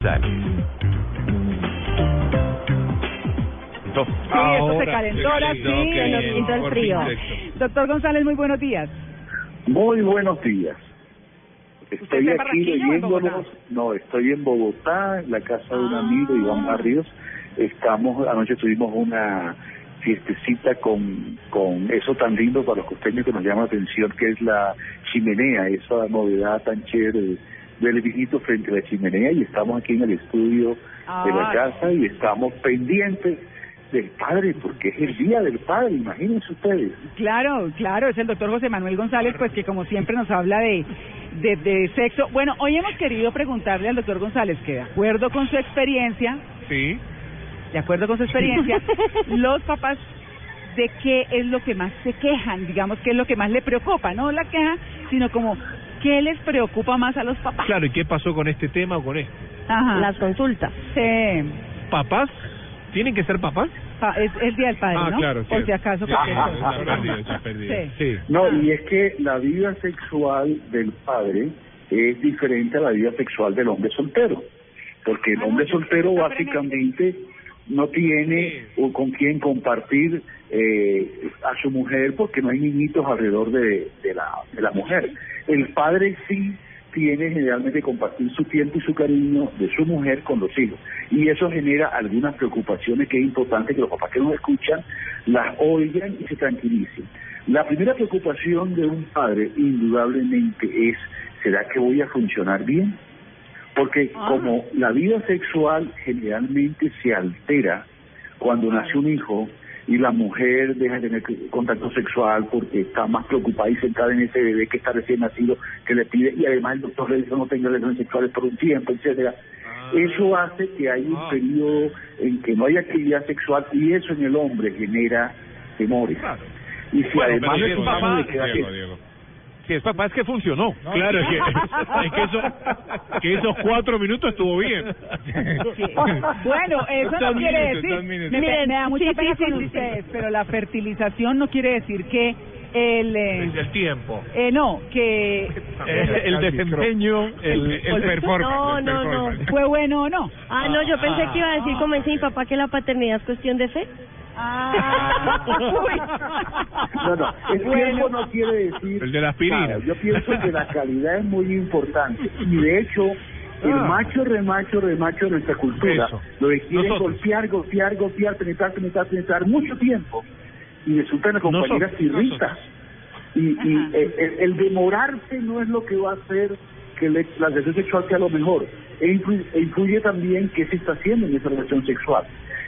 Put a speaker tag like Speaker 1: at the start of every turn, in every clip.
Speaker 1: Sí, eso se calentó ahora sí y nos quitó el frío. Doctor González, muy buenos días.
Speaker 2: Muy buenos días.
Speaker 1: ¿Usted está
Speaker 2: Estoy
Speaker 1: en
Speaker 2: aquí
Speaker 1: Barranquilla o en
Speaker 2: leyéndolos.
Speaker 1: Bogotá?
Speaker 2: No, estoy en Bogotá, en la casa de un
Speaker 1: Ah.
Speaker 2: amigo, Iván Barrios. Estamos, anoche tuvimos una fiestecita con, con eso tan lindo para los costeños que nos llama la atención, que es la chimenea, esa novedad tan chévere de- del vinito frente a la chimenea. Y estamos aquí en el estudio de la
Speaker 1: Ay.
Speaker 2: casa y estamos pendientes del padre, porque es el día del padre, imagínense ustedes.
Speaker 1: Claro, claro, es el doctor José Manuel González, pues que como siempre nos habla de, de, de sexo. Bueno, hoy hemos querido preguntarle al doctor González que de acuerdo con su experiencia,
Speaker 3: Sí.
Speaker 1: de acuerdo con su experiencia, los papás de qué es lo que más se quejan, digamos, qué es lo que más le preocupa, no la queja, sino como qué les preocupa más a los papás.
Speaker 3: Claro, ¿y qué pasó con este tema o con este?
Speaker 1: Ajá.
Speaker 4: las consultas.
Speaker 1: Sí.
Speaker 3: ¿Papás? ¿Tienen que ser papás?
Speaker 1: Pa- es el día del padre,
Speaker 3: ah,
Speaker 1: ¿no?
Speaker 3: claro.
Speaker 1: Por si acaso.
Speaker 3: Sí,
Speaker 1: porque-
Speaker 3: sí, está perdido, está perdido.
Speaker 1: Sí.
Speaker 3: Sí.
Speaker 2: No, y es que la vida sexual del padre es diferente a la vida sexual del hombre soltero, porque el
Speaker 1: Ah, no,
Speaker 2: hombre
Speaker 1: yo-
Speaker 2: soltero
Speaker 1: yo-
Speaker 2: básicamente no tiene o con quien compartir eh, a su mujer porque no hay niñitos alrededor de, de la, de la mujer. El padre sí tiene generalmente compartir su tiempo y su cariño de su mujer con los hijos. Y eso genera algunas preocupaciones que es importante que los papás que nos escuchan las oigan y se tranquilicen. La primera preocupación de un padre indudablemente es, ¿será que voy a funcionar bien? Porque
Speaker 3: Ah.
Speaker 2: como la vida sexual generalmente se altera cuando nace un hijo y la mujer deja de tener contacto sexual porque está más preocupada y centrada en ese bebé que está recién nacido, que le pide, y además el doctor le dice no tenga relaciones sexuales por un tiempo, etcétera. Eso hace que haya un
Speaker 3: Ah.
Speaker 2: periodo en que no hay actividad sexual y eso en el hombre genera temores.
Speaker 3: Claro.
Speaker 2: Y si
Speaker 3: Bueno,
Speaker 2: además
Speaker 3: pero
Speaker 2: le
Speaker 3: si es
Speaker 2: contamos
Speaker 3: papá-
Speaker 2: de que hace-
Speaker 3: Diego, Diego. Si es papá es que funcionó. Claro, es que, es que, eso- que esos cuatro minutos estuvo bien.
Speaker 1: Bueno, eso no
Speaker 3: Dos
Speaker 1: quiere
Speaker 3: minutos,
Speaker 1: decir.
Speaker 3: dos
Speaker 1: Me,
Speaker 3: minutos.
Speaker 1: me- me da
Speaker 4: Miren,
Speaker 1: mucha
Speaker 4: sí,
Speaker 1: pena
Speaker 4: sí,
Speaker 1: con
Speaker 4: sí,
Speaker 1: ustedes, pero la fertilización no quiere decir que el. eh,
Speaker 3: Desde el tiempo.
Speaker 1: eh, no, que
Speaker 3: Eh, el desempeño, el, el performance.
Speaker 4: No,
Speaker 3: el
Speaker 4: no, no.
Speaker 3: performance.
Speaker 1: fue bueno o no.
Speaker 4: Ah, no, yo pensé que iba a decir, como dice mi papá, que la paternidad es cuestión de fe.
Speaker 1: Ah.
Speaker 2: No, no, el tiempo no quiere decir...
Speaker 3: El de la aspirina.
Speaker 2: Claro, yo pienso que la calidad es muy importante. Y de hecho, el
Speaker 3: Ah.
Speaker 2: macho, remacho, remacho de nuestra cultura,
Speaker 3: Eso.
Speaker 2: lo que quiere es
Speaker 3: Nosotros.
Speaker 2: golpear, golpear, golpear, penetrar, penetrar, penetrar mucho tiempo. Y resultan las compañeras
Speaker 3: Nosotros,
Speaker 2: tirritas. Y, y el, el- el demorarse no es lo que va a hacer que le- la relación sexual sea lo mejor. E influye, e influye también qué se está haciendo en esa relación sexual.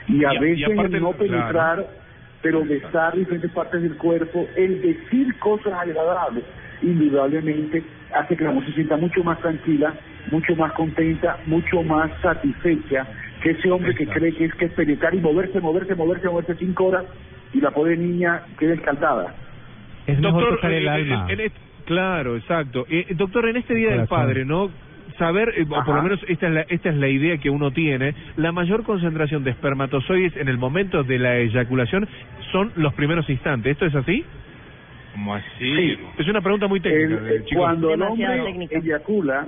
Speaker 2: Y a
Speaker 3: Y a- y
Speaker 2: veces el
Speaker 3: aparte-
Speaker 2: no
Speaker 3: claro.
Speaker 2: penetrar pero besar diferentes partes del cuerpo, el decir cosas agradables, indudablemente hace que la mujer se sienta mucho más tranquila, mucho más contenta, mucho más satisfecha que ese hombre que cree que es que es penetrar y moverse, moverse, moverse, moverse cinco horas y la pobre niña queda escaldada.
Speaker 5: Es mejor tocar el
Speaker 3: eh,
Speaker 5: alma.
Speaker 3: en este- claro, exacto. Eh, doctor, en este Día del
Speaker 5: Corazón.
Speaker 3: Padre, ¿no? Saber, eh, o por
Speaker 2: Ajá.
Speaker 3: lo menos esta es, la, esta es la idea que uno tiene, la mayor concentración de espermatozoides en el momento de la eyaculación son los primeros instantes. ¿Esto es así?
Speaker 5: ¿Cómo así?
Speaker 3: Es una pregunta muy técnica.
Speaker 2: El-
Speaker 3: de-
Speaker 2: eh,
Speaker 3: chicos.
Speaker 2: cuando el
Speaker 4: Demasiado
Speaker 2: hombre
Speaker 4: técnica.
Speaker 2: eyacula,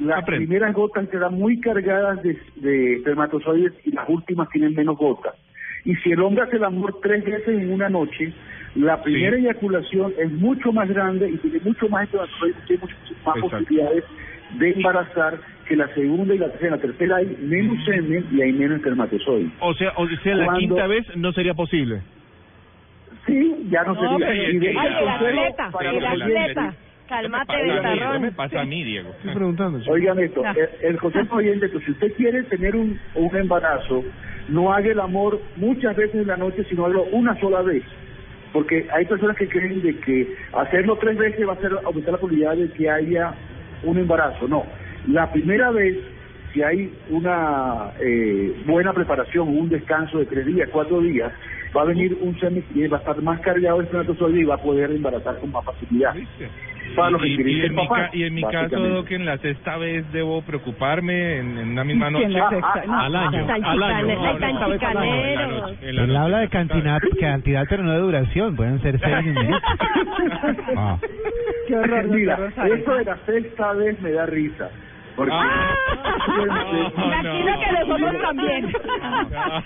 Speaker 2: las
Speaker 3: Aprende.
Speaker 2: primeras gotas quedan muy cargadas de, de espermatozoides y las últimas tienen menos gotas. Y si el hombre hace el amor tres veces en una noche, la primera
Speaker 3: Sí.
Speaker 2: eyaculación es mucho más grande y tiene mucho más espermatozoides y tiene muchas más
Speaker 3: Exacto.
Speaker 2: posibilidades de embarazar que la segunda y la tercera. En la tercera hay menos semen y hay menos espermatozoides.
Speaker 3: O sea, o sea la
Speaker 2: cuando-
Speaker 3: quinta vez no sería posible.
Speaker 2: Sí, ya no,
Speaker 1: No,
Speaker 2: sería.
Speaker 1: pero
Speaker 2: Y de-
Speaker 1: es que ya-
Speaker 2: el
Speaker 1: Ay,
Speaker 2: consejo
Speaker 1: atleta,
Speaker 2: para
Speaker 1: el
Speaker 2: los
Speaker 1: atleta.
Speaker 2: oyentes-
Speaker 4: Cálmate,
Speaker 2: Ay, Dios mío,
Speaker 4: betarrón.
Speaker 5: pasa a mí, Diego? Estoy preguntando. chico.
Speaker 2: Oigan esto,
Speaker 1: No.
Speaker 2: el, el consejo oyente, que si usted quiere tener un, un embarazo, no haga el amor muchas veces en la noche, sino hágalo una sola vez. Porque hay personas que creen de que hacerlo tres veces va a hacer aumentar la probabilidad de que haya un embarazo. No, la primera vez si hay una eh, buena preparación, un descanso de tres días, cuatro días, va a venir un semis y va a estar más cargado el espermatozoide y va a poder embarazar con más facilidad. Para los que
Speaker 3: Y,
Speaker 2: quieren
Speaker 3: y
Speaker 2: ser
Speaker 3: en mi,
Speaker 2: papás,
Speaker 3: ca- y en mi caso,
Speaker 2: básicamente.
Speaker 3: Doc, en la sexta vez debo preocuparme en, en una misma
Speaker 1: En
Speaker 3: noche. Ah,
Speaker 1: la sexta, no.
Speaker 3: al año.
Speaker 4: Tan
Speaker 3: Al año.
Speaker 4: chicaneros,
Speaker 3: No, no,
Speaker 4: tan
Speaker 3: no, no, en la
Speaker 4: chicaneros.
Speaker 3: noche, en la
Speaker 6: Él
Speaker 3: noche,
Speaker 6: habla de
Speaker 3: sexta
Speaker 6: cantidad,
Speaker 3: vez.
Speaker 6: cantidad, pero no de duración. Pueden ser seis minutos. Ah.
Speaker 1: Qué horror,
Speaker 2: Mira,
Speaker 1: doctor Rosario.
Speaker 2: esto de la sexta vez me da risa. Porque
Speaker 3: No, no.
Speaker 1: Tranquilo que nosotros también.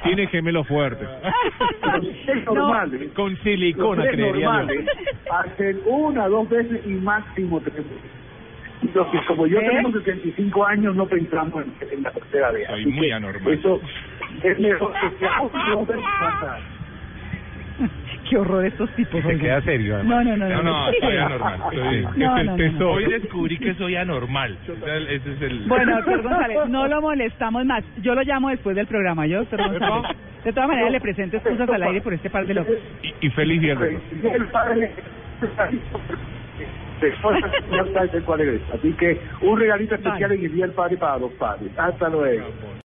Speaker 3: Tiene gemelo fuerte.
Speaker 2: los tres normales,
Speaker 3: Con
Speaker 2: los
Speaker 3: silicona,
Speaker 2: tres
Speaker 3: creería yo.
Speaker 2: normales, ¿eh? hacen una, dos veces y máximo tres veces. Entonces, como yo
Speaker 1: ¿Eh?
Speaker 2: tengo 65 años, no pensamos en, en la tercera vez.
Speaker 3: Soy
Speaker 2: Así
Speaker 3: muy
Speaker 2: que
Speaker 3: anormal.
Speaker 2: Eso es mejor que seamos dos veces pasadas.
Speaker 1: Qué horror estos tipos.
Speaker 3: Pues
Speaker 6: Se queda serio.
Speaker 1: No, no, no.
Speaker 3: No, no, soy anormal. Soy-
Speaker 1: No, no, no, no.
Speaker 3: Hoy descubrí que soy anormal. O sea, Ese es el...
Speaker 1: Bueno, doctor González, no lo molestamos más. Yo lo llamo después del programa, yo, doctor González. De todas maneras, le presento excusas al aire por este par de locos.
Speaker 3: y, y feliz viernes.
Speaker 2: El padre después ya sabes cuál es. Así que un regalito especial en el Día del Padre para los padres. Hasta luego.